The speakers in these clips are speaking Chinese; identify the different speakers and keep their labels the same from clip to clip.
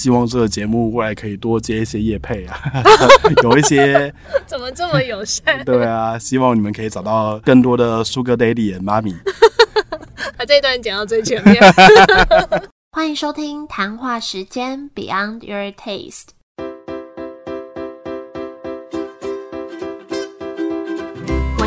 Speaker 1: 希望这个节目未来可以多接一些业配啊， 有一些
Speaker 2: 怎么这么友善？
Speaker 1: 对啊，希望你们可以找到更多的 Sugar Daddy 和妈咪。
Speaker 2: 把这一段剪到最 前面。
Speaker 3: 欢迎收听谈话时间 Beyond Your Taste。我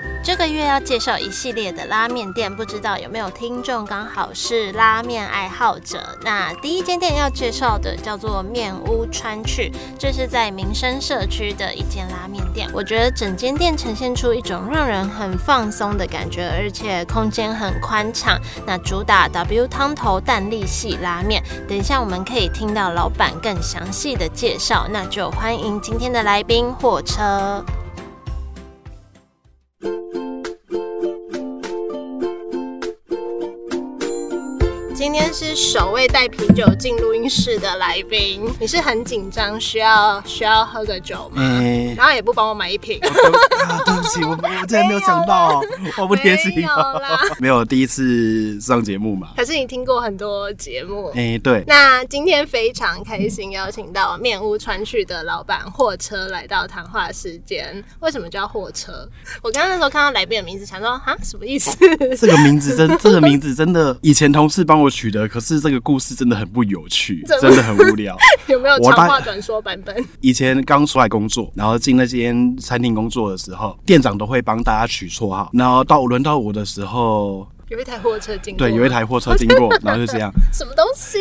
Speaker 3: 这个月要介绍一系列的拉面店，不知道有没有听众刚好是拉面爱好者？那第一间店要介绍的叫做面屋川去，这是在民生社区的一间拉面店。我觉得整间店呈现出一种让人很放松的感觉，而且空间很宽敞。那主打 W 汤头蛋力系拉面，等一下我们可以听到老板更详细的介绍。那就欢迎今天的来宾货车。今天是首位带啤酒进录音室的来宾，你是很紧张，需要需要喝个酒吗？
Speaker 1: 嗯，
Speaker 2: 然后也不帮我买一瓶，
Speaker 1: 啊，对不起，我我真的没有想到，我不贴
Speaker 2: 没
Speaker 1: 心
Speaker 2: 有啊
Speaker 1: 哦。
Speaker 2: 啦。
Speaker 1: 没有第一次上节目嘛？
Speaker 2: 可是你听过很多节目。
Speaker 1: 哎、对，
Speaker 2: 那今天非常开心，邀请到面屋川去的老板货车来到谈话时间。为什么叫货车？我刚刚那时候看到来宾的名字，想说啊，什么意 思？
Speaker 1: 这个名字真， 这个名字真的，以前同事帮我取的，可是这个故事真的很不有趣，
Speaker 2: 怎么
Speaker 1: 真的很无聊。
Speaker 2: 有没有
Speaker 1: 我
Speaker 2: 长
Speaker 1: 大
Speaker 2: 话短说版本？
Speaker 1: 以前刚出来工作，然后进那间餐厅工作的时候，店长都会帮大家取绰号，然后到轮到我的时候，
Speaker 2: 有一台货车经过，
Speaker 1: 对，有一台货车经 过，然后就这样。
Speaker 2: 什么东 西？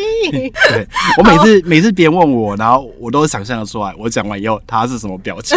Speaker 1: 对我每次每次别人问我，然后我都想象得出来，我讲完以后他是什么表 情。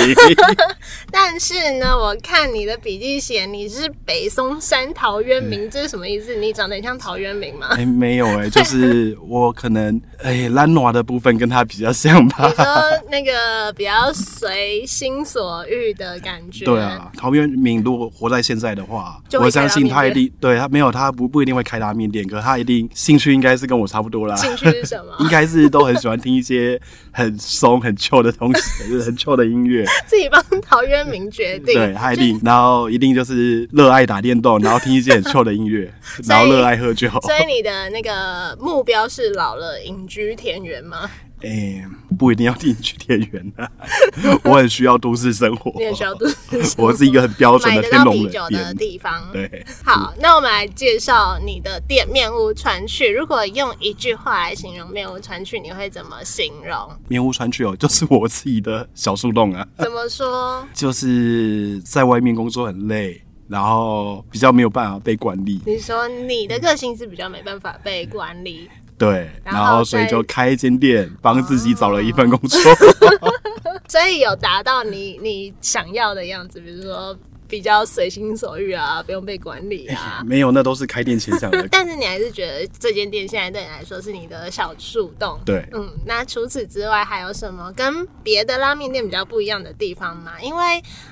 Speaker 2: 但是呢，我看你的笔记写你是北松山陶渊
Speaker 1: 嗯
Speaker 2: 明，这是什么意思？你长得很像陶渊 明吗？
Speaker 1: 哎、没有哎、就是我可能哎懒暖的部分跟他比较像吧
Speaker 2: 你。说那个比较随心所欲的感觉，
Speaker 1: 对，啊，陶渊明如果活在现在的话
Speaker 2: 就，会
Speaker 1: 我相信
Speaker 2: 开拉
Speaker 1: 他
Speaker 2: 面
Speaker 1: 一定对他没有他不不一定会开拉面店，可他一定兴趣应该是跟我差不多啦。？
Speaker 2: 兴趣是什么
Speaker 1: 应该是都很喜欢听一些很松很旧的东西， 就是很旧的音乐。
Speaker 2: 自己帮陶渊明决定。
Speaker 1: 对，他一定，然后一定就是热爱打电动，然后听一些很旧的音 乐，然后热爱喝酒。
Speaker 2: 所以你的那个目标是老了隐居田园吗？
Speaker 1: 哎、不一定要定居田园啊， 我很需要都市生活。
Speaker 2: 你也需要读
Speaker 1: 我是一个很标准
Speaker 2: 买
Speaker 1: 的
Speaker 2: 得
Speaker 1: 天
Speaker 2: 到
Speaker 1: 龙
Speaker 2: 啤
Speaker 1: 人
Speaker 2: 酒的
Speaker 1: 店。
Speaker 2: 地方。
Speaker 1: 对，
Speaker 2: 好，那我们来介绍你的店面屋川去。如果用一句话来形容面屋川去，你会怎么形容？
Speaker 1: 棉屋川去哦，就是我自己的小树洞啊，
Speaker 2: 怎么说？
Speaker 1: 就是在外面工作很累，然后比较没有办法被管理，
Speaker 2: 你说你的个性是比较没办法被管理，
Speaker 1: 对，
Speaker 2: 然
Speaker 1: 然
Speaker 2: 后
Speaker 1: 后所以
Speaker 2: 在哦
Speaker 1: 就开一间店，帮自己找了一份工作。
Speaker 2: 所以有达到你你想要的样子，比如说比较随心所欲啊，不用被管理 啊。。
Speaker 1: 没有，那都是开店前想的
Speaker 2: 但是你还是觉得这间店现在对你来说是你的小树洞。
Speaker 1: 对，
Speaker 2: 嗯，那除此之外还有什么跟别的拉面店比较不一样的地方吗？因为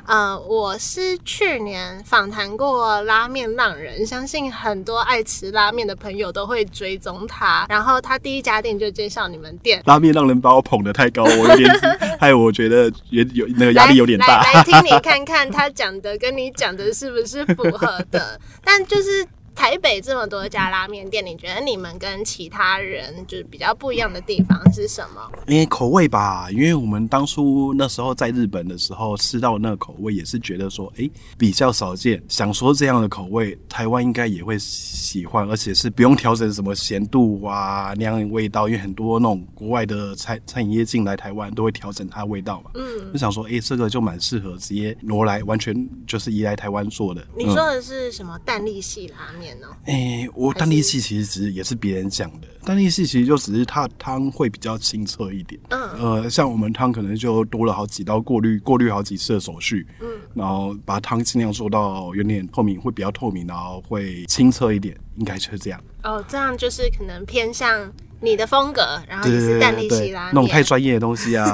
Speaker 2: 呃，我是去年访谈过拉面浪人，相信很多爱吃拉面的朋友都会追踪他。然后他第一家店就介绍你们店，
Speaker 1: 拉面让人把我捧得太高，我有点 害我觉得有有那个压力有点大。
Speaker 2: 来来来听 你看看他讲的跟你讲的是不是符合的？但就是台北这么多家拉面店，你觉得你们跟其他人就是比较不一样的地方是什么？
Speaker 1: 因为口味吧，因为我们当初那时候在日本的时候吃到那个口味，也是觉得说，诶比较少见。想说这样的口味，台湾应该也会喜欢，而且是不用调整什么咸度啊那样的味道，因为很多那种国外的餐餐饮业进来台湾都会调整它的味道嘛。嗯，就想说，诶这个就蛮适合直接挪来，完全就是移来台湾做的。
Speaker 2: 你
Speaker 1: 嗯
Speaker 2: 说的是什么蛋力系拉面哦、
Speaker 1: 诶、哎我蛋力系其实只是也是别人讲的，蛋力系其实就只是它汤会比较清澈一点。
Speaker 2: 嗯
Speaker 1: 呃，像我们汤可能就多了好几道过滤，过滤好几次的手续。嗯，然后把汤尽量做到有点透明，会比较透明，然后会清澈一点，应该就是这样。
Speaker 2: 哦，这样就是可能偏向你的风格，然后
Speaker 1: 对对
Speaker 2: 你哦是
Speaker 1: 对
Speaker 2: 蛋力
Speaker 1: 对
Speaker 2: 奇
Speaker 1: 对，
Speaker 2: 拉
Speaker 1: 那种太专业的东西啊，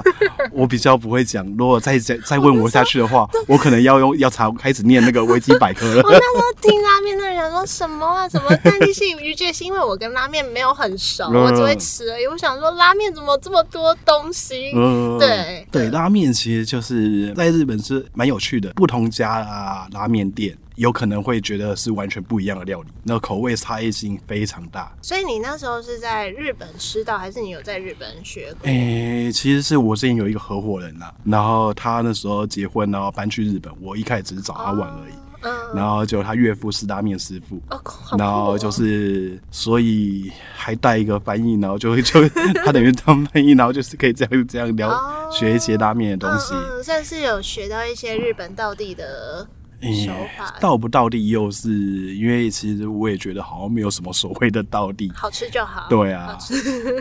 Speaker 1: 我比较不会讲。如果再再再问我下去的话，我可能要用要查开始念那个维基百科
Speaker 2: 我
Speaker 1: 了。
Speaker 2: 那时候听拉面的人说什么啊？什么蛋力系鱼介？是因为我跟拉面没有很熟，
Speaker 1: 嗯
Speaker 2: 我只会吃而已。我想说拉面怎么这么多东西？
Speaker 1: 嗯，
Speaker 2: 对
Speaker 1: 对，拉面其实就是在日本是蛮有趣的，不同家啊拉面店有可能会觉得是完全不一样的料理，那口味差异性非常大。
Speaker 2: 所以你那时候是在日本吃到，还是你有在日本学过？
Speaker 1: 诶、其实是我之前有一个合伙人啦、啊然后他那时候结婚，然后搬去日本，我一开始只是找他玩而已，
Speaker 2: 嗯，
Speaker 1: 然后结果他岳父是拉面师傅。
Speaker 2: 哦，好酷哦
Speaker 1: 然后就是，所以还带一个翻译，然后就会就 他等于当翻译，然后就是可以这样这样聊，
Speaker 2: 哦
Speaker 1: 学一些拉面的东西。
Speaker 2: 嗯嗯，算是有学到一些日本道地的手法，
Speaker 1: 到不到地又是因为其实我也觉得好像没有什么所谓的到地，
Speaker 2: 好吃就好。
Speaker 1: 对啊，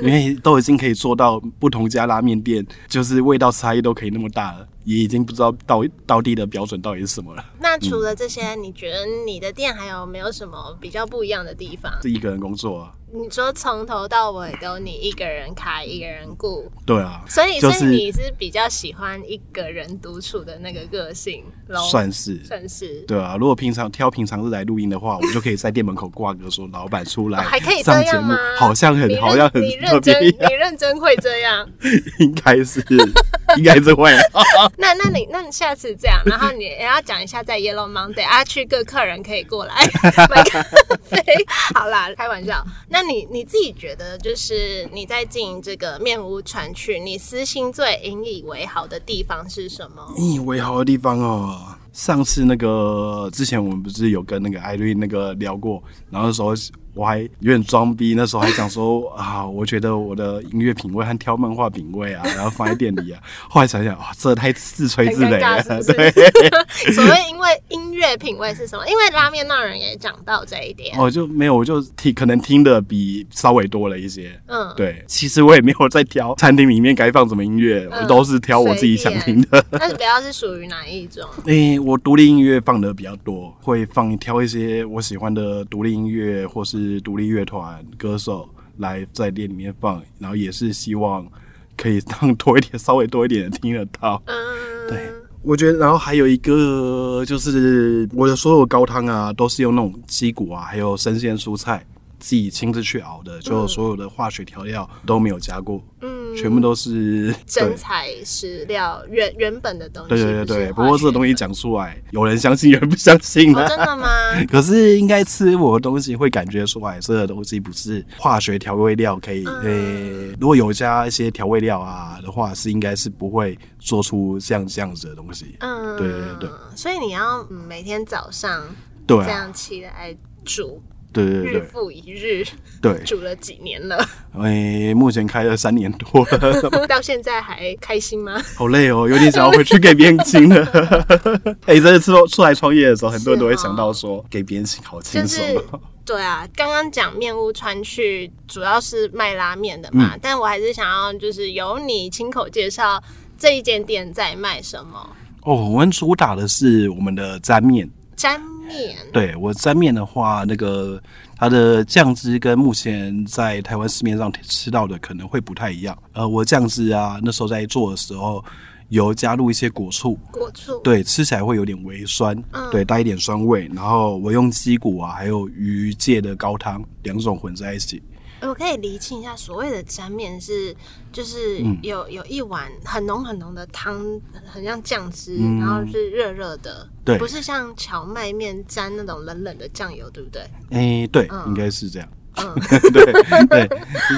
Speaker 1: 因为都已经可以做到不同家拉面店，就是味道差异都可以那么大了，也已经不知道到到地的标准到底是什么了。
Speaker 2: 那
Speaker 1: 嗯
Speaker 2: 除了这些，你觉得你的店还有没有什么比较不一样的地方？
Speaker 1: 是一个人工作、啊，
Speaker 2: 你说从头到尾都你一个人开，一个人顾，
Speaker 1: 对啊，
Speaker 2: 所以、
Speaker 1: 就
Speaker 2: 所以你
Speaker 1: 是
Speaker 2: 是比较喜欢一个人独处的那个个性咯？
Speaker 1: 算是。
Speaker 2: 算是。
Speaker 1: 对啊，如果平常挑平常日来录音的话，我就可以在店门口挂个说老板出来
Speaker 2: 哦还可以这
Speaker 1: 上节
Speaker 2: 样
Speaker 1: 目
Speaker 2: 吗，？
Speaker 1: 好像
Speaker 2: 你
Speaker 1: 很
Speaker 2: 认
Speaker 1: 好像很
Speaker 2: 你
Speaker 1: 特
Speaker 2: 认真，
Speaker 1: 别一样，
Speaker 2: 你认真会这样。
Speaker 1: 应该是应该是会。
Speaker 2: 那那你那你下次这样，然后你也要讲一下在 Yellow Monday 啊，去各客人可以过 来买咖啡。好啦，开玩笑。那你你自己觉得，就是你在经营这个面无传去，你私心最引以为豪的地方是什么？
Speaker 1: 引以为豪的地方哦。上次那个之前我们不是有跟那个艾瑞那个聊过，然后那时候我还有点装逼，那时候还想说啊，我觉得我的音乐品味和挑漫画品味啊，然后放在店里啊。后来想想，哇，这太自吹自擂了，
Speaker 2: 很尴尬是不
Speaker 1: 对
Speaker 2: 是。所谓因为音乐品味是什么？因为拉面让人也讲到这一 点。
Speaker 1: 哦，就没有，我就听可能听的比稍微多了一些。
Speaker 2: 嗯，
Speaker 1: 对，其实我也没有在挑餐厅里面该放什么音乐，
Speaker 2: 嗯
Speaker 1: 我都是挑我自己想听的。
Speaker 2: 但是不要是属于哪一种？
Speaker 1: 诶、我独立音乐放的比较多，会放挑一些我喜欢的独立音乐或是独立乐团歌手来在店里面放，然后也是希望可以让多一点、稍微多一点的听得到。
Speaker 2: 嗯，
Speaker 1: 对， 我觉得，然后还有一个就是我的所有高汤啊，都是用那种鸡骨啊，还有生鲜蔬菜自己亲自去熬的，就所有的化学调料都没有加过，
Speaker 2: 嗯，
Speaker 1: 全部都是对
Speaker 2: 真材实料原原本的东西。
Speaker 1: 对对对对，
Speaker 2: 是
Speaker 1: 不过这个东西
Speaker 2: 化
Speaker 1: 讲出来，有人相信，有人不相信啊
Speaker 2: 学的
Speaker 1: 呢、
Speaker 2: 哦， 真的吗？
Speaker 1: 可是应该吃我的东西会感觉出来，这个东西不是化学调味料可以，呃、如果有加一些调味料啊的话，是应该是不会做出像这样子的东西。
Speaker 2: 嗯，
Speaker 1: 对对对。
Speaker 2: 所以你要嗯每天早上
Speaker 1: 对
Speaker 2: 这
Speaker 1: 啊，
Speaker 2: 样起来煮，
Speaker 1: 对对
Speaker 2: 日
Speaker 1: 对
Speaker 2: 复一日，
Speaker 1: 对，
Speaker 2: 煮了几年 了，
Speaker 1: 哎，目前开了三年多了，
Speaker 2: 到现在还开心吗？
Speaker 1: 好累哦，有点想要回去给别人请了。 哎，真的出出来创业的时候，很多人都会想到说给别人请好轻
Speaker 2: 就
Speaker 1: 松
Speaker 2: 是
Speaker 1: 哦。
Speaker 2: 对啊，刚刚讲面屋川去主要是卖拉面的
Speaker 1: 嗯
Speaker 2: 嘛，但我还是想要就是由你亲口介绍这一间店在卖什么
Speaker 1: 哦，我们主打的是我们的沾面。
Speaker 2: 沾面。
Speaker 1: 对我沾面的话，那个它的酱汁跟目前在台湾市面上吃到的可能会不太一样。呃，我酱汁啊，那时候在做的时候有加入一些果醋，
Speaker 2: 果醋，
Speaker 1: 对，吃起来会有点微酸，
Speaker 2: 嗯
Speaker 1: 对，带一点酸味。然后我用鸡骨啊，还有鱼介的高汤两种混在一起。
Speaker 2: 我可以厘清一下，所谓的沾面是就是
Speaker 1: 嗯
Speaker 2: 有、有一碗很浓很浓的汤，很像酱汁，
Speaker 1: 嗯
Speaker 2: 然后是热热的，
Speaker 1: 对
Speaker 2: 不是像荞麦面沾那种冷冷的酱油，对不对？
Speaker 1: 诶、对，
Speaker 2: 嗯
Speaker 1: 应该是这样。
Speaker 2: 嗯
Speaker 1: 对对，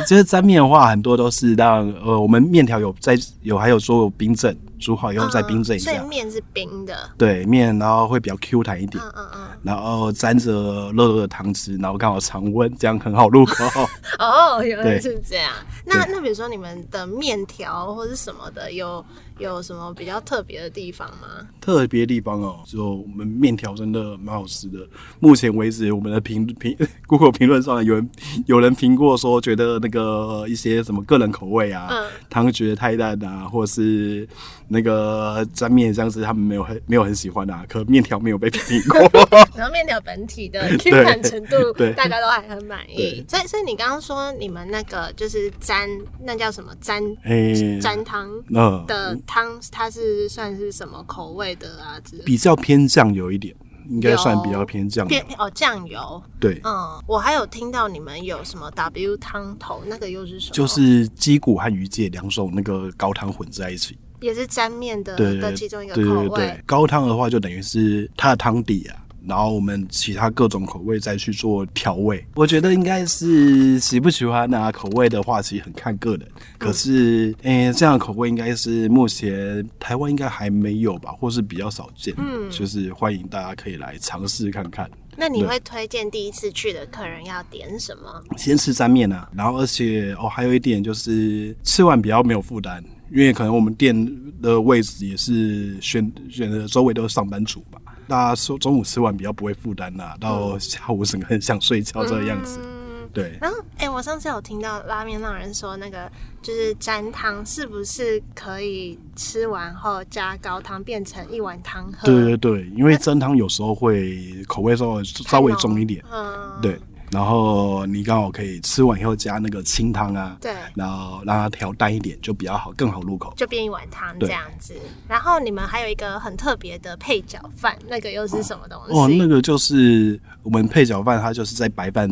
Speaker 1: 就是沾面的话，很多都是让呃，我们面条有在有还有说有冰镇，煮好以后再冰镇一
Speaker 2: 嗯所
Speaker 1: 下。
Speaker 2: 以面是冰的。
Speaker 1: 对面，然后会比较 Q 弹一点，
Speaker 2: 嗯嗯嗯，
Speaker 1: 然后沾着热热的汤汁，然后刚好常温，这样很好入口。
Speaker 2: 哦，原来
Speaker 1: 对
Speaker 2: 是这样。那
Speaker 1: 对
Speaker 2: 那比如说你们的面条或是什么的，有有什么比较特别的地方吗？
Speaker 1: 特别地方哦，就我们面条真的蛮好吃的。目前为止，我们的评评 Google 评论上有人有人评过说，觉得那个一些什么个人口味啊，
Speaker 2: 嗯
Speaker 1: 汤觉得太淡啊，或是那个沾面酱汁，他们没有很没有很喜欢啊。可面条没有被评过，
Speaker 2: 然后面条本 体的 Q 感程度，
Speaker 1: 对
Speaker 2: 大家都还很满意
Speaker 1: 对。
Speaker 2: 所以，所以你刚刚说你们那个就是沾，那叫什么沾
Speaker 1: 哎、
Speaker 2: 沾汤
Speaker 1: 那
Speaker 2: 的汤，它是算是什么口味的啊？之类的
Speaker 1: 比较偏酱油一点，应该算比较
Speaker 2: 有
Speaker 1: 偏酱油
Speaker 2: 偏。哦酱油，
Speaker 1: 对，
Speaker 2: 嗯，我还有听到你们有什么 W 汤头，那个又是什么？
Speaker 1: 就是鸡骨和鱼介两种那个高汤混在一起。
Speaker 2: 也是沾面的
Speaker 1: 对
Speaker 2: 的其中一个
Speaker 1: 对
Speaker 2: 口
Speaker 1: 对对
Speaker 2: 味，，
Speaker 1: 高汤的话就等于是它的汤底啊，然后我们其他各种口味再去做调味。我觉得应该是喜不喜欢啊，口味的话其实很看个人。
Speaker 2: 嗯
Speaker 1: 可是，诶、这样的口味应该是目前台湾应该还没有吧，或是比较少见。嗯，就是欢迎大家可以来尝试看看。
Speaker 2: 那你会推荐第一次去的客人要点什么？
Speaker 1: 先吃沾面啊，然后而且哦，还有一点就是吃完比较没有负担，因为可能我们店的位置也是选选的周围都是上班族吧，大家说中午吃完比较不会负担啦，到下午整个很想睡觉这个样子。
Speaker 2: 嗯，
Speaker 1: 对，
Speaker 2: 然后哎、我上次有听到拉面让人说那个就是沾汤，是不是可以吃完后加高汤变成一碗汤喝？
Speaker 1: 对对对，因为蒸汤有时候会口味稍微稍微重一点，
Speaker 2: 嗯，
Speaker 1: 对，然后你刚好可以吃完以后加那个清汤啊，
Speaker 2: 对
Speaker 1: 然后让它调淡一点就比较好，更好入口。
Speaker 2: 就变一碗汤这
Speaker 1: 对
Speaker 2: 样子。然后你们还有一个很特别的配角饭，那个又是什么东西？
Speaker 1: 哦，那个就是我们配角饭，它就是在白饭，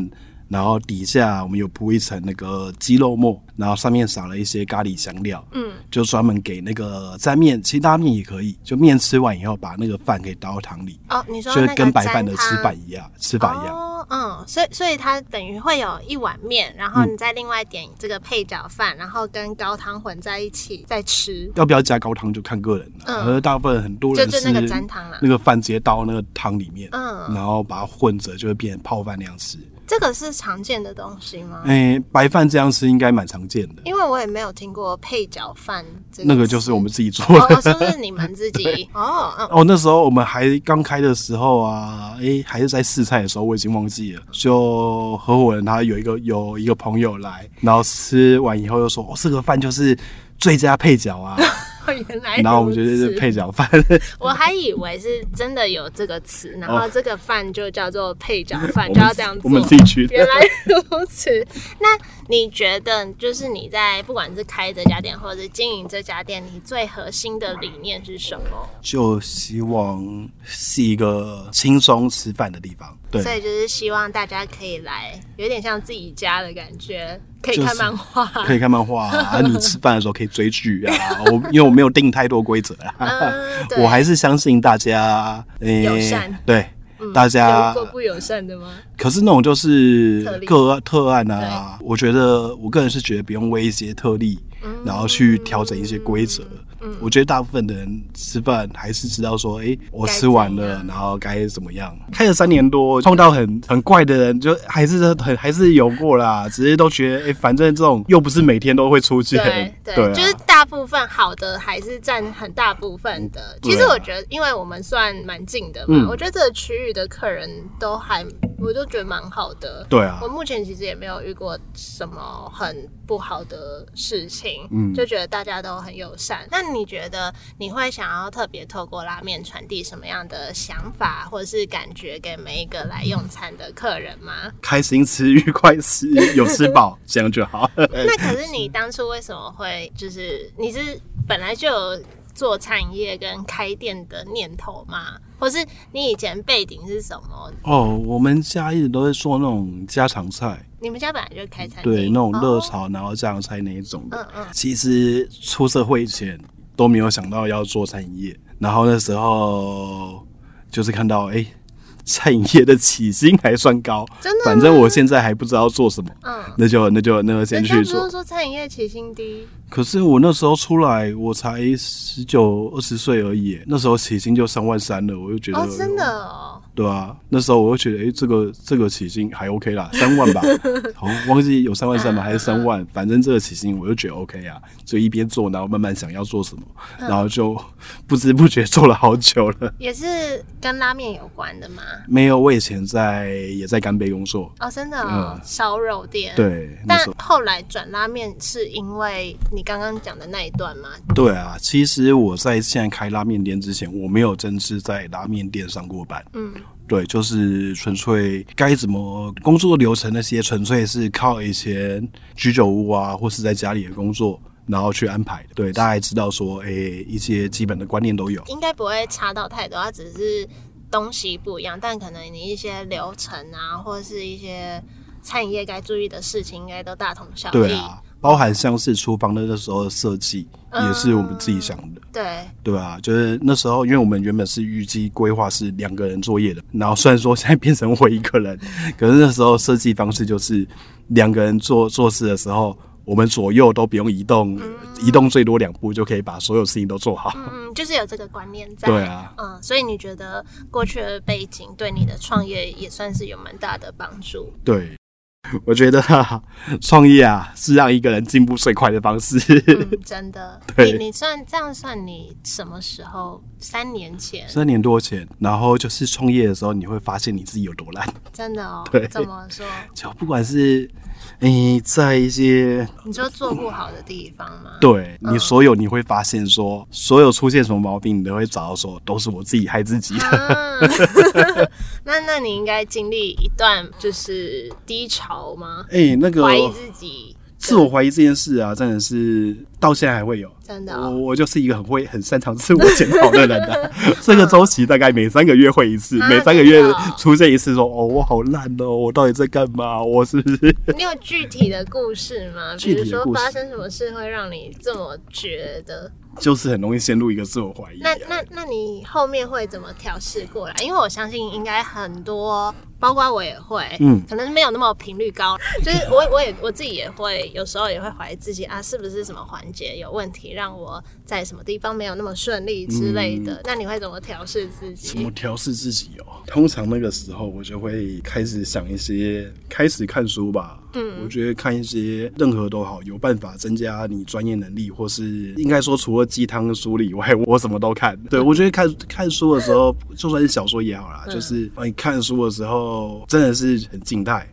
Speaker 1: 然后底下我们有铺一层那个鸡肉末，然后上面撒了一些咖喱香料，
Speaker 2: 嗯，
Speaker 1: 就专门给那个沾面，其他面也可以，就面吃完以后把那个饭给倒到汤里，
Speaker 2: 哦，你说
Speaker 1: 就
Speaker 2: 那
Speaker 1: 是
Speaker 2: 个
Speaker 1: 跟白饭的
Speaker 2: 沾
Speaker 1: 吃
Speaker 2: 汤
Speaker 1: 法一样，吃法一样。
Speaker 2: 哦，嗯，所以所以它等于会有一碗面，然
Speaker 1: 嗯
Speaker 2: 后你再另外点这个配角饭，然后跟高汤混在一起再吃。
Speaker 1: 要不要加高汤就看个人了、
Speaker 2: 嗯
Speaker 1: 而大部分很多人
Speaker 2: 就是就那个沾汤啦
Speaker 1: 那个饭直接倒到那个汤里面，
Speaker 2: 嗯哦
Speaker 1: 然后把它混着，就会变成泡饭那样吃。
Speaker 2: 这个是常见的东西吗？
Speaker 1: 哎、白饭这样吃应该蛮常见的，
Speaker 2: 因为我也没有听过配角饭这个。
Speaker 1: 那个就是我们自己做的。
Speaker 2: 哦，是不是你 们自己？哦，嗯，
Speaker 1: 哦，那时候我们还刚开的时候啊，诶、还是在试菜的时候，我已经忘记了。就合伙人他有一个有一个朋友来，然后吃完以后又说，哦，这个饭就是最佳配角 啊。
Speaker 2: 嗯原来
Speaker 1: 然后我
Speaker 2: 哎
Speaker 1: 们
Speaker 2: 如
Speaker 1: 觉得
Speaker 2: 此
Speaker 1: 是配角饭，
Speaker 2: 我还以为是真的有这个词，然后
Speaker 1: 哦
Speaker 2: 这个饭就叫做配角饭，
Speaker 1: 我
Speaker 2: 就
Speaker 1: 们
Speaker 2: 要这样做。
Speaker 1: 我们自己取
Speaker 2: 原
Speaker 1: 的。
Speaker 2: 来如此。那你觉得，就是你在不管是开这家店或者是经营这家店，你最核心的理念是什么？
Speaker 1: 就希望是一个轻松吃饭的地方，对，
Speaker 2: 所以就是希望大家可以来，有点像自己家的感觉，可以
Speaker 1: 就是
Speaker 2: 看漫画。
Speaker 1: 可以看漫画啊，你吃饭的时候可以追剧啊。我因为我没有定太多规则啊。
Speaker 2: 嗯，对。
Speaker 1: 我还是相信大家，诶
Speaker 2: 友善嗯
Speaker 1: 对、大家
Speaker 2: 有过不友善的吗？
Speaker 1: 可是那种就是
Speaker 2: 特例
Speaker 1: 个案特案啊，我觉得我个人是觉得不用为一些特例，
Speaker 2: 嗯
Speaker 1: 然后去调整一些规则。我觉得大部分的人吃饭还是知道说，诶，我
Speaker 2: 该
Speaker 1: 吃完
Speaker 2: 怎
Speaker 1: 了
Speaker 2: 样，
Speaker 1: 然后该怎么样。开了三年多，碰到很很怪的人，就还是很还是有过 啦，只是都觉得，诶，反正这种又不是每天都会出现，
Speaker 2: 对对，
Speaker 1: 对啊，
Speaker 2: 就是大部分好的还是占很大部分的。
Speaker 1: 对啊嗯
Speaker 2: 其实我觉得，因为我们算蛮近的嘛，我觉得这个区域的客人都还，我都觉得蛮好的。
Speaker 1: 对啊
Speaker 2: 我目前其实也没有遇过什么很不好的事情，
Speaker 1: 嗯
Speaker 2: 就觉得大家都很友善。那你觉得你会想要特别透过拉面传递什么样的想法或者是感觉给每一个来用餐的客人吗？
Speaker 1: 开心吃，愉快吃，有吃饱，这样就 好。
Speaker 2: 那可是你当初为什么会就是你是本来就有做餐饮业跟开店的念头吗？或是你以前背景是什么？
Speaker 1: 哦，我们家一直都是做那种家常菜。
Speaker 2: 你们家本来就开餐厅，
Speaker 1: 对，那种热
Speaker 2: 哦
Speaker 1: 潮，然后这样菜那一种的。
Speaker 2: 嗯嗯
Speaker 1: 其实出社会前都没有想到要做餐饮业，然后那时候就是看到哎、诶餐饮业的起薪还算高，
Speaker 2: 真的吗
Speaker 1: 反正我现在还不知道做什么，
Speaker 2: 嗯。
Speaker 1: 那就那就那就先
Speaker 2: 人家
Speaker 1: 去
Speaker 2: 不是
Speaker 1: 做。
Speaker 2: 说餐饮业起薪低，
Speaker 1: 可是我那时候出来，我才十九二十岁而已，那时候起薪就三万三了，我就觉得、
Speaker 2: 哦，真的哦，
Speaker 1: 对啊，那时候我就觉得，哎、这个这个起薪还 OK 啦，三万吧，好忘记有三万三吧，还是三万，反正这个起薪我就觉得 OK 啊，就一边做，然后慢慢想要做什么，然后就不知不觉做了好久了。
Speaker 2: 也是跟拉面有关的吗？
Speaker 1: 没有，我以前在也在干杯工作，
Speaker 2: 哦，真的哦，烧肉店。。
Speaker 1: 嗯对，那
Speaker 2: 但
Speaker 1: 时候
Speaker 2: 后来转拉面是因为你刚刚讲的那一段吗？
Speaker 1: 对啊，其实我在现在开拉面店之前，我没有正式在拉面店上过班，
Speaker 2: 嗯，
Speaker 1: 对，就是纯粹该怎么工作流程那些，纯粹是靠以前居酒屋啊，或是在家里的工作，然后去安排的。对，大概知道说，诶、一些基本的观念都有。
Speaker 2: 应该不会差到太多，它啊只是东西不一样，但可能你一些流程啊，或者是一些餐饮业该注意的事情，应该都大同小异。
Speaker 1: 对啊，包含像是厨房的那时候的设计，也是我们自己想的。
Speaker 2: 嗯对，
Speaker 1: 对啊，就是那时候，因为我们原本是预计规划是两个人作业的，然后虽然说现在变成我一个人， 可是那时候设计方式就是两个人做做事的时候，我们左右都不用移动，移动最多两步就可以把所有事情都做好。
Speaker 2: 嗯，就是有这个观念在。
Speaker 1: 对啊，
Speaker 2: 嗯，所以你觉得过去的背景对你的创业也算是有蛮大的帮助？
Speaker 1: 对，我觉得哈哈创业啊是让一个人进步最快的方式。
Speaker 2: 嗯，真的。你
Speaker 1: 对
Speaker 2: 你算这样算你什么时候？三年前，
Speaker 1: 三年多前，然后就是创业的时候，你会发现你自己有多烂。
Speaker 2: 真的哦
Speaker 1: 对。
Speaker 2: 怎么说？
Speaker 1: 就不管是你在一些嗯
Speaker 2: 你说做不好的地方吗？
Speaker 1: 对你所有你会发现说，所有出现什么毛病，你都会找到说都是我自己害自己 的。
Speaker 2: 啊， 那那你应该经历一段就是低潮吗？
Speaker 1: 哎、那个
Speaker 2: 怀疑自己，
Speaker 1: 自我怀疑这件事啊，真的是到现在还会有。
Speaker 2: 真的
Speaker 1: 我
Speaker 2: 哦、
Speaker 1: 我就是一个很会很擅长自我检讨的人 啊，这个周期大概每三个月会一次，
Speaker 2: 啊
Speaker 1: 每三个月
Speaker 2: 真的哦
Speaker 1: 出现一次说哦我好烂哦，我到底在干嘛？我是不是？
Speaker 2: 你有具体的故事吗？比
Speaker 1: 具体的
Speaker 2: 如说
Speaker 1: 故事
Speaker 2: 发生什么事会让你这么觉得？
Speaker 1: 就是很容易陷入一个自我怀疑、啊
Speaker 2: 那。那那你后面会怎么调试过来？因为我相信应该很多，包括我也会，
Speaker 1: 嗯
Speaker 2: 可能没有那么频率高，就是我我也我自己也会，有时候也会怀疑自己啊，是不是什么环节有问题，让我在什么地方没有那么顺利之类
Speaker 1: 嗯
Speaker 2: 的？那你会怎么调试自
Speaker 1: 怎么
Speaker 2: 己？
Speaker 1: 调试自己哦？通常那个时候我就会开始想一些，开始看书吧。嗯，我觉得看一些任何都好，有办法增加你专业能力，或是应该说除了鸡汤书里以外， 我什么都看。对我觉得看看书的时候，就算是小说也好啦，就是呃你看书的时候真的是很静态，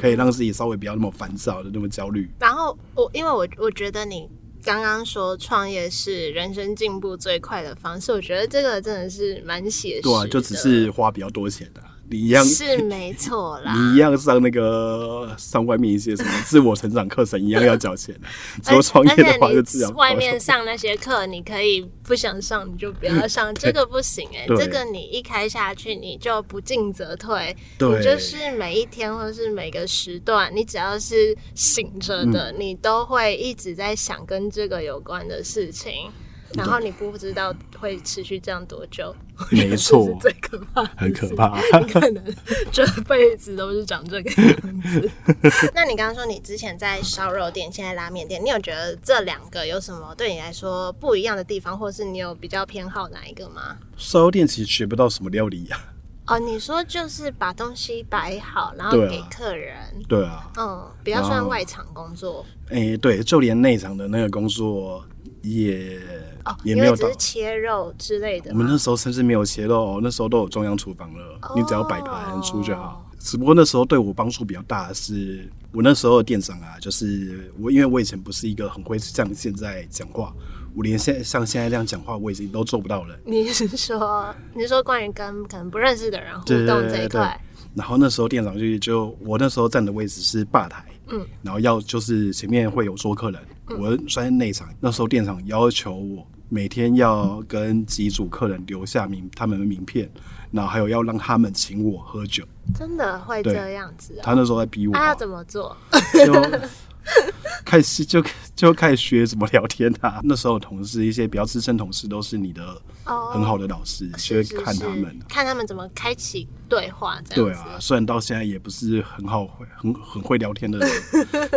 Speaker 1: 可以让自己稍微不要那么烦躁的那么焦虑。
Speaker 2: 然后我因为我我觉得你。刚刚说创业是人生进步最快的方式，我觉得这个真的是蛮写实的。
Speaker 1: 对啊，就只是花比较多钱的、你一 样
Speaker 2: 是没错啦。
Speaker 1: 你一样上那个上外面一些什么自我成长课程，一样要缴钱 的。只有创业的话就
Speaker 2: 而
Speaker 1: 自
Speaker 2: 且
Speaker 1: 然
Speaker 2: 你外面上那些课，你可以不想上你就不要上，这个不行哎、
Speaker 1: 嗯对
Speaker 2: 这个你一开下去你就不进则退，
Speaker 1: 对
Speaker 2: 你就是每一天或者是每个时段，你只要是醒着
Speaker 1: 嗯
Speaker 2: 的，你都会一直在想跟这个有关的事情。然后你不知道会持续这样多久，
Speaker 1: 没
Speaker 2: 这是
Speaker 1: 错，
Speaker 2: 最可 怕的事，
Speaker 1: 很可怕。
Speaker 2: 你可能这辈子都是长这个样子。 那你刚刚说你之前在烧肉店，现在拉面店，你有觉得这两个有什么对你来说不一样的地方，或是你有比较偏好哪一个吗？
Speaker 1: 烧肉店其实学不到什么料理呀、啊
Speaker 2: 哦，你说就是把东西摆好，然后
Speaker 1: 对啊
Speaker 2: 给客人，
Speaker 1: 对啊，
Speaker 2: 嗯，不要算外场工作
Speaker 1: 诶，对，就连内场的那个工作也、
Speaker 2: 哦，
Speaker 1: 也
Speaker 2: 因
Speaker 1: 没
Speaker 2: 为
Speaker 1: 有
Speaker 2: 只
Speaker 1: 到
Speaker 2: 是。切肉之类的
Speaker 1: 我们
Speaker 2: 吗。
Speaker 1: 那时候甚至没有切肉，那时候都有中央厨房了，
Speaker 2: 哦
Speaker 1: 你只要摆盘出就好。只不过那时候对我帮助比较大的是，我那时候的店长啊，就是我，因为我以前不是一个很会像现在讲话，我连现像现在这样讲话，我已经都做不到了。
Speaker 2: 你是说，你是说关于跟可能不认识的人互
Speaker 1: 对
Speaker 2: 动
Speaker 1: 对
Speaker 2: 这一
Speaker 1: 对对
Speaker 2: 块，。
Speaker 1: 然后那时候店长就就我那时候站的位置是吧台，
Speaker 2: 嗯，
Speaker 1: 然后要就是前面会有桌客人，我算是内场。那时候店长要求我每天要跟几组客人留下名他们的名片，然后还有要让他们请我喝酒。
Speaker 2: 真的会
Speaker 1: 对
Speaker 2: 这样子哦？
Speaker 1: 他那时候在逼我
Speaker 2: 那、
Speaker 1: 啊，
Speaker 2: 要怎么做？
Speaker 1: 就开始 就就开始学怎么聊天啊。 那时候同事一些比较资深同事都是你的
Speaker 2: 哦
Speaker 1: 很好的老师，学
Speaker 2: 是是
Speaker 1: 看他们啊
Speaker 2: 是看他们怎么开启对话这
Speaker 1: 对
Speaker 2: 样子。
Speaker 1: 啊，虽然到现在也不是很好会很很会聊天的人，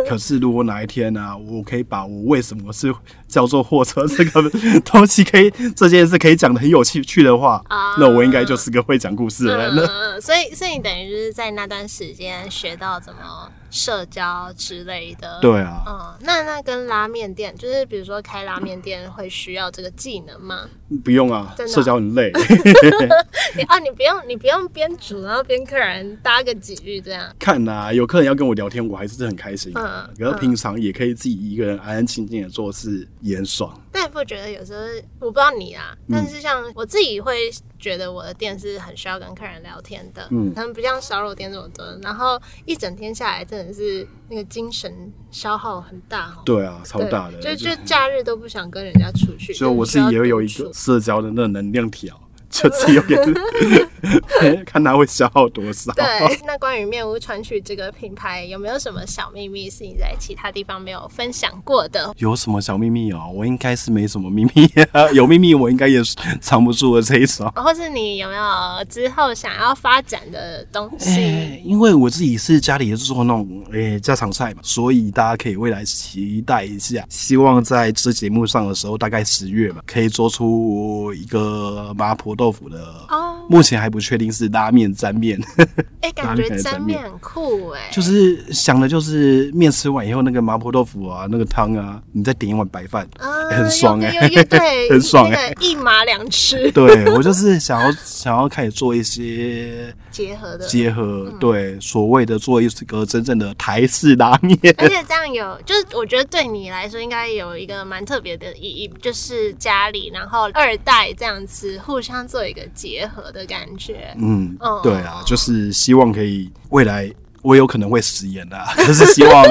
Speaker 1: 可是如果哪一天啊，我可以把我为什么是叫做货车这个东西可以这件事可以讲的很有趣趣的话，
Speaker 2: 啊
Speaker 1: 那我应该就是个会讲故事的人
Speaker 2: 嗯
Speaker 1: 了。
Speaker 2: 嗯，嗯所以所以等于就是在那段时间学到怎么社交之类的。。
Speaker 1: 对啊，
Speaker 2: 嗯，那那跟拉面店，就是比如说开拉面店会需要这个技 能吗？
Speaker 1: 不用啊，
Speaker 2: 真的啊
Speaker 1: 社交很累。
Speaker 2: 你啊，你不用，你不用边煮然后边客人搭个几句这样。
Speaker 1: 看呐、有客人要跟我聊天，我还是很开心、啊。
Speaker 2: 嗯
Speaker 1: 可是平常也可以自己一个人安安静静的做事，也很爽。
Speaker 2: 但你不觉得有时候我不知道你啊，
Speaker 1: 嗯
Speaker 2: 但是像我自己会觉得我的店是很需要跟客人聊天的，
Speaker 1: 嗯
Speaker 2: 可能不像烧肉店这么多，然后一整天下来真的是那个精神消耗很大哦。
Speaker 1: 对啊，超
Speaker 2: 对，
Speaker 1: 大的。
Speaker 2: 就就假日都不想跟人家出去，
Speaker 1: 所以我自
Speaker 2: 就
Speaker 1: 己
Speaker 2: 需
Speaker 1: 也
Speaker 2: 要
Speaker 1: 会有一
Speaker 2: 独
Speaker 1: 个
Speaker 2: 处
Speaker 1: 社交的那个能量条，就自己有 点 看他会消耗多少。
Speaker 2: 对， 那关于面屋川去这个品牌，有没有什么小秘密是你在其他地方没有分享过的？
Speaker 1: 有什么小秘密哦？我应该是没什么秘密、啊有秘密我应该也是藏不住的这一种。
Speaker 2: 或是你有没有之后想要发展的东西？
Speaker 1: 哎因为我自己是家里也是做那种诶、家常菜嘛，所以大家可以未来期待一下。希望在这节目上的时候，大概十月吧，可以做出一个麻婆豆腐的。
Speaker 2: 哦
Speaker 1: 目前还不确定是拉面、沾面，
Speaker 2: 哎、感觉沾面很酷哎、
Speaker 1: 就是想的就是面吃完以后那个麻婆豆腐啊，那个汤啊，你再点一碗白饭，
Speaker 2: 啊
Speaker 1: 很爽哎、
Speaker 2: 又又又对，
Speaker 1: 很爽哎、
Speaker 2: 那个一麻两吃
Speaker 1: 对我就是想要想要开始做一些
Speaker 2: 结合的。
Speaker 1: 结合，
Speaker 2: 嗯
Speaker 1: 对所谓的做一个真正的台式拉面。
Speaker 2: 而且这样有，就是我觉得对你来说应该有一个蛮特别的意义，就是家里然后二代这样子互相做一个结合的感觉。
Speaker 1: 嗯
Speaker 2: 哦，
Speaker 1: 对啊，就是希望可以未来我有可能会食言的， 可是希望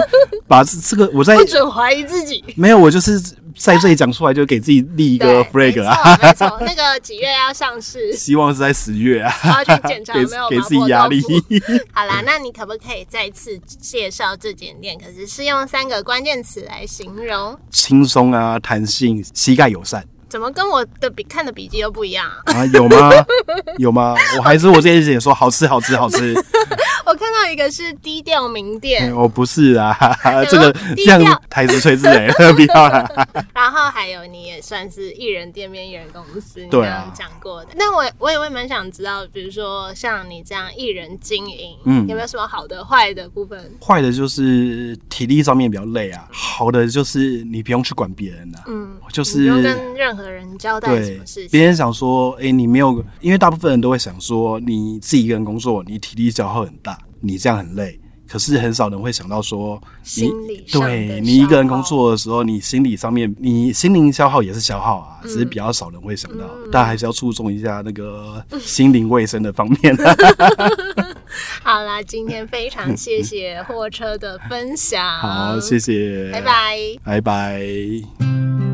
Speaker 1: 把这这个我在
Speaker 2: 不准怀疑自己。
Speaker 1: 没有，我就是在这里讲出来，就给自己立一
Speaker 2: 对，
Speaker 1: 个 flag 啊。，
Speaker 2: 没错，没错，那个几月要上市
Speaker 1: 希望是在十月啊，
Speaker 2: 然后去检查有
Speaker 1: 给
Speaker 2: 没有
Speaker 1: 给
Speaker 2: 麻
Speaker 1: 自己
Speaker 2: 婆
Speaker 1: 压
Speaker 2: 豆
Speaker 1: 力。
Speaker 2: 腐。好啦，那你可不可以再次介绍这间店？可是是用三个关键词来形容，
Speaker 1: 轻松啊，弹性，膝盖友善
Speaker 2: 怎么跟我的笔看的笔记又不一样啊、
Speaker 1: 啊，有 吗？有吗？我还是我这些姐说好吃，好吃，好 吃。
Speaker 2: 我看到一个是低调名
Speaker 1: 哎
Speaker 2: 店，
Speaker 1: 我不是 啊，这个这
Speaker 2: 低调
Speaker 1: 样台词吹自雷了， 不要啦。
Speaker 2: 然后还有你也算是一人店面、一人公司，你刚
Speaker 1: 对啊
Speaker 2: 刚讲过的。那我我也会蛮想知道，比如说像你这样一人经营，
Speaker 1: 嗯
Speaker 2: 有没有什么好的、坏的部分？
Speaker 1: 坏的就是体力上面比较累啊，好的就是你不用去管别人啊，
Speaker 2: 嗯，
Speaker 1: 就
Speaker 2: 你不用
Speaker 1: 是
Speaker 2: 跟任何人交代什
Speaker 1: 对
Speaker 2: 么事情。
Speaker 1: 别人想说，哎、你没有，因为大部分人都会想说，你自己一个人工作，你体力消耗很大，你这样很累。可是很少人会想到说，你
Speaker 2: 心理上的
Speaker 1: 对
Speaker 2: 消
Speaker 1: 你一个人工
Speaker 2: 耗
Speaker 1: 作的时候，你心理上面，你心灵消耗也是消耗
Speaker 2: 嗯
Speaker 1: 啊，只是比较少人会想到，大家还是要注重一下那个心灵卫生的方面、啊。
Speaker 2: 好啦，今天非常谢谢货车的分享，
Speaker 1: 好，谢
Speaker 2: 谢，
Speaker 1: 谢，
Speaker 2: 嗯拜，拜。
Speaker 1: 拜拜。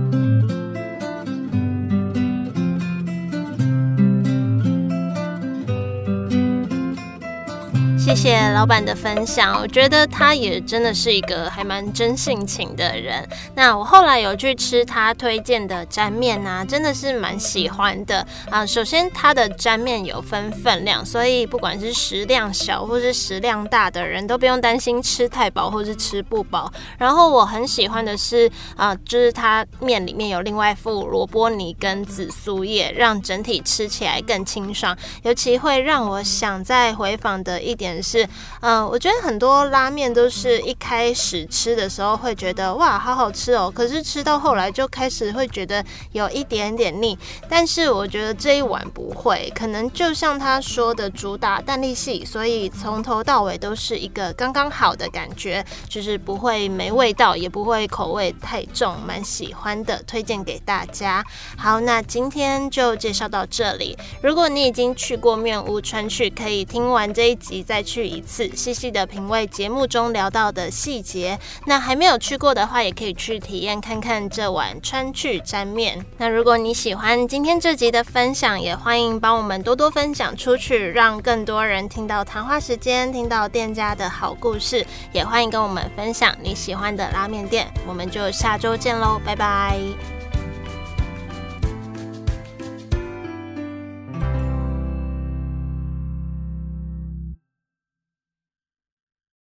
Speaker 3: 谢谢老板的分享，我觉得他也真的是一个还蛮真性情的人。那我后来有去吃他推荐的沾面啊，真的是蛮喜欢的啊、首先，他的沾面有分分量，所以不管是食量小或是食量大的人都不用担心吃太饱或是吃不饱。然后我很喜欢的是啊、就是它面里面有另外附萝卜泥跟紫苏叶，让整体吃起来更清爽。尤其会让我想再回访的一点是，嗯、我觉得很多拉面都是一开始吃的时候会觉得哇，好好吃哦，可是吃到后来就开始会觉得有一点点腻。但是我觉得这一碗不会，可能就像他说的，主打蛋力系，所以从头到尾都是一个刚刚好的感觉，就是不会没味道，也不会口味太重，蛮喜欢的，推荐给大家。好，那今天就介绍到这里。如果你已经去过面屋川去，可以听完这一集再去一次，细细的品味节目中聊到的细节。那还没有去过的话，也可以去体验看看这碗川去沾面。那如果你喜欢今天这集的分享，也欢迎帮我们多多分享出去，让更多人听到谈话时间，听到店家的好故事。也欢迎跟我们分享你喜欢的拉面店。我们就下周见喽，拜拜。